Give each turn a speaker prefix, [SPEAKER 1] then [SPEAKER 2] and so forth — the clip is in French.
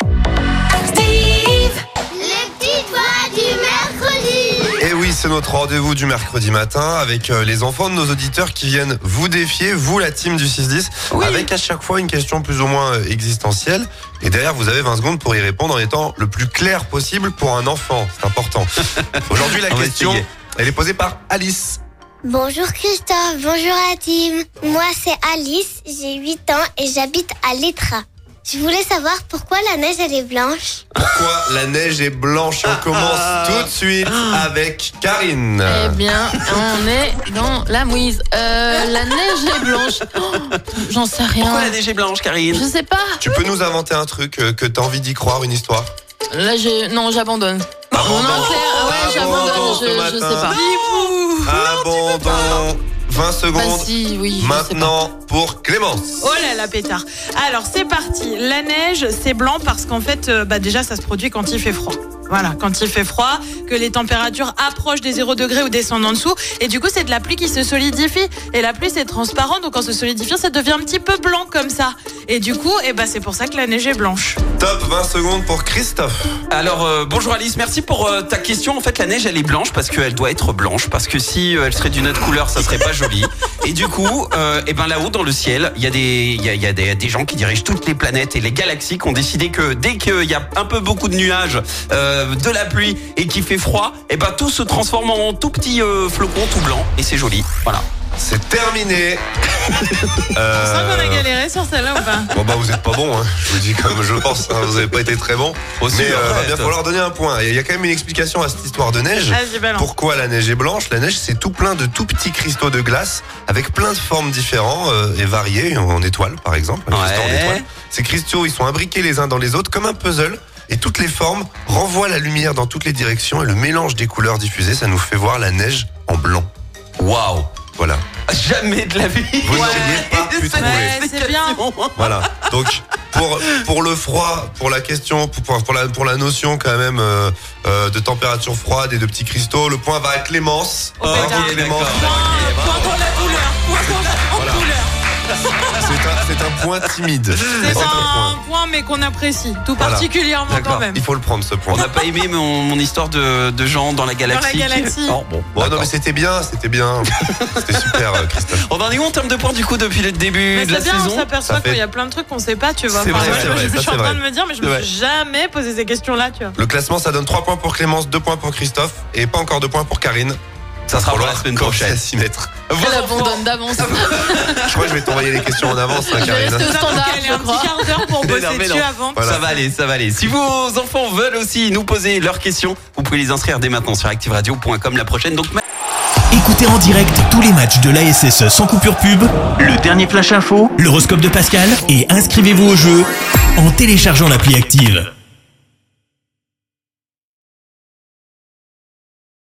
[SPEAKER 1] Eh notre rendez-vous du mercredi matin avec euh, les enfants de nos auditeurs qui viennent vous défier, vous la team du 6-10,
[SPEAKER 2] Oui.
[SPEAKER 1] avec à chaque fois une question plus ou moins euh, existentielle. Et derrière, vous avez 20 secondes pour y répondre en étant le plus clair possible pour un enfant. C'est important. Aujourd'hui, la
[SPEAKER 2] On va
[SPEAKER 1] question,
[SPEAKER 2] essayer.
[SPEAKER 1] elle est posée par Alice.
[SPEAKER 3] Bonjour Christophe, bonjour la team. Moi c'est Alice, j'ai 8 ans et j'habite à Létra. Je voulais savoir pourquoi la neige elle est blanche.
[SPEAKER 1] Pourquoi la neige est blanche On
[SPEAKER 2] Ah.
[SPEAKER 1] commence tout de suite avec Karine.
[SPEAKER 4] Eh bien, on est dans la mouise. Euh, la neige est blanche. Oh, J'en sais
[SPEAKER 2] Pourquoi la
[SPEAKER 4] rien.
[SPEAKER 2] neige est blanche,
[SPEAKER 4] Je
[SPEAKER 2] Karine
[SPEAKER 4] sais pas.
[SPEAKER 1] Tu peux nous inventer un truc euh, que t'as envie d'y croire, une histoire
[SPEAKER 4] Là, j'ai. Non, j'abandonne.
[SPEAKER 2] Bah,
[SPEAKER 1] Abandon.
[SPEAKER 4] non, c'est- ah ouais,
[SPEAKER 1] Abandon
[SPEAKER 4] j'abandonne.
[SPEAKER 1] ce
[SPEAKER 4] Je, je sais
[SPEAKER 1] matin.
[SPEAKER 4] pas.
[SPEAKER 1] Ah Abandon. 20
[SPEAKER 4] Bah,
[SPEAKER 1] secondes.
[SPEAKER 4] si, oui. je sais pas.
[SPEAKER 1] Maintenant pour Clémence.
[SPEAKER 5] Oh là là, pétard. Alors, c'est parti. La neige, c'est blanc parce qu'en fait, euh, bah, déjà, ça se produit quand il fait froid. Voilà, quand il fait froid, que les températures approchent des 0 degrés ou descendent en dessous. Et du coup, c'est de la pluie qui se solidifie. Et la pluie, c'est transparent. Donc, quand se solidifie, ça devient un petit peu blanc comme ça. Et du coup, eh ben, c'est pour ça que la neige est blanche.
[SPEAKER 1] Top 20 secondes pour Christophe.
[SPEAKER 2] Alors, euh, bonjour Alice, merci pour euh, ta question. En fait, la neige, elle est blanche parce qu'elle doit être blanche. Parce que si euh, elle serait d'une autre couleur, ça serait pas joli. Et du coup, euh, eh ben, là-haut, dans le ciel, il y a, des, il y a, il y a des, des gens qui dirigent toutes les planètes et les galaxies qui ont décidé que dès qu'il y a un peu beaucoup de nuages, euh, de la pluie et qu'il fait froid, et ben, tout se transforme en tout petit euh, flocon tout blanc. Et c'est joli. Voilà.
[SPEAKER 1] C'est terminé. Euh,
[SPEAKER 5] Je sens qu'on a galéré sur celle-là ou pas
[SPEAKER 1] Bon bah vous êtes pas bon, hein. je vous le dis comme je pense, hein. vous avez pas été très bon.
[SPEAKER 2] Aussi, hein.
[SPEAKER 1] Mais euh, va bien
[SPEAKER 2] arrête.
[SPEAKER 1] falloir donner un point. Et Il y a quand même une explication à cette histoire de neige.
[SPEAKER 5] Vas-y, balance.
[SPEAKER 1] Pourquoi la neige est blanche La neige, c'est tout plein de tout petits cristaux de glace avec plein de formes différentes euh, et variées, en étoile par exemple. un cristaux en
[SPEAKER 2] Ouais.
[SPEAKER 1] étoile. Ces cristaux, ils sont imbriqués les uns dans les autres comme un puzzle. Et toutes les formes renvoient la lumière dans toutes les directions et le mélange des couleurs diffusées, ça nous fait voir la neige en blanc.
[SPEAKER 2] Waouh.
[SPEAKER 1] Voilà.
[SPEAKER 2] Jamais de la vie.
[SPEAKER 1] Vous n'auriez pas pu trouver.
[SPEAKER 5] Ouais, c'est bien.
[SPEAKER 1] Voilà. Donc pour pour le froid, pour la question, pour pour, pour la pour la notion quand même euh, euh, de température froide et de petits cristaux, le point va à Clémence.
[SPEAKER 5] Au
[SPEAKER 1] Bravo,
[SPEAKER 5] pétard.
[SPEAKER 1] Clémence.
[SPEAKER 5] Point dans la douleur. Point dans la
[SPEAKER 1] Voilà.
[SPEAKER 5] douleur.
[SPEAKER 1] C'est un, c'est un point timide.
[SPEAKER 5] C'est
[SPEAKER 1] Mais
[SPEAKER 5] un, point, mais qu'on apprécie, tout
[SPEAKER 1] Voilà.
[SPEAKER 5] particulièrement
[SPEAKER 2] D'accord.
[SPEAKER 5] quand même.
[SPEAKER 1] Il faut le prendre ce point.
[SPEAKER 2] On n'a pas aimé mon, mon histoire de, de gens dans la galaxie.
[SPEAKER 5] Dans la galaxie.
[SPEAKER 2] Oh, bon,
[SPEAKER 1] Bon, non
[SPEAKER 2] d'accord.
[SPEAKER 1] mais c'était bien, c'était bien. C'était super, euh, Christophe.
[SPEAKER 2] On en est où en termes de points du coup depuis le début
[SPEAKER 5] Mais
[SPEAKER 2] de la
[SPEAKER 5] Bah, c'est bien, on
[SPEAKER 2] saison
[SPEAKER 1] ça
[SPEAKER 5] s'aperçoit
[SPEAKER 1] fait-
[SPEAKER 5] qu'il y a plein de trucs qu'on sait pas, tu vois.
[SPEAKER 1] C'est
[SPEAKER 5] Enfin,
[SPEAKER 1] vrai,
[SPEAKER 5] moi,
[SPEAKER 1] c'est
[SPEAKER 5] je-
[SPEAKER 1] vrai, ça,
[SPEAKER 5] je, suis
[SPEAKER 1] c'est
[SPEAKER 5] en train
[SPEAKER 1] vrai.
[SPEAKER 5] de me dire, mais je
[SPEAKER 1] C'est
[SPEAKER 5] me
[SPEAKER 1] vrai.
[SPEAKER 5] suis jamais posé ces questions-là, tu vois.
[SPEAKER 1] Le classement, ça donne 3 points pour Clémence, 2 points pour Christophe et pas encore 2 points pour Karine.
[SPEAKER 2] Ça sera pour la semaine
[SPEAKER 1] Commencez à
[SPEAKER 2] prochaine.
[SPEAKER 1] s'y mettre.
[SPEAKER 4] Elle abandonne d'avance.
[SPEAKER 1] Je crois que je vais t'envoyer les questions en avance, hein,
[SPEAKER 4] Je vais
[SPEAKER 1] Karine.
[SPEAKER 4] rester au
[SPEAKER 5] Nous avons
[SPEAKER 4] standard,
[SPEAKER 5] calé
[SPEAKER 4] je
[SPEAKER 5] un petit
[SPEAKER 4] crois.
[SPEAKER 5] quart d'heure pour
[SPEAKER 2] Non,
[SPEAKER 5] bosser
[SPEAKER 2] mais non.
[SPEAKER 5] dessus avant.
[SPEAKER 1] Voilà.
[SPEAKER 2] Ça va aller, ça va aller. Si vos enfants veulent aussi nous poser leurs questions, vous pouvez les inscrire dès maintenant sur activeradio.com la prochaine. Donc
[SPEAKER 6] Écoutez en direct tous les matchs de l'ASSE sans coupure pub,
[SPEAKER 7] Le dernier flash info
[SPEAKER 6] l'horoscope de Pascal et inscrivez-vous au jeu en téléchargeant l'appli active.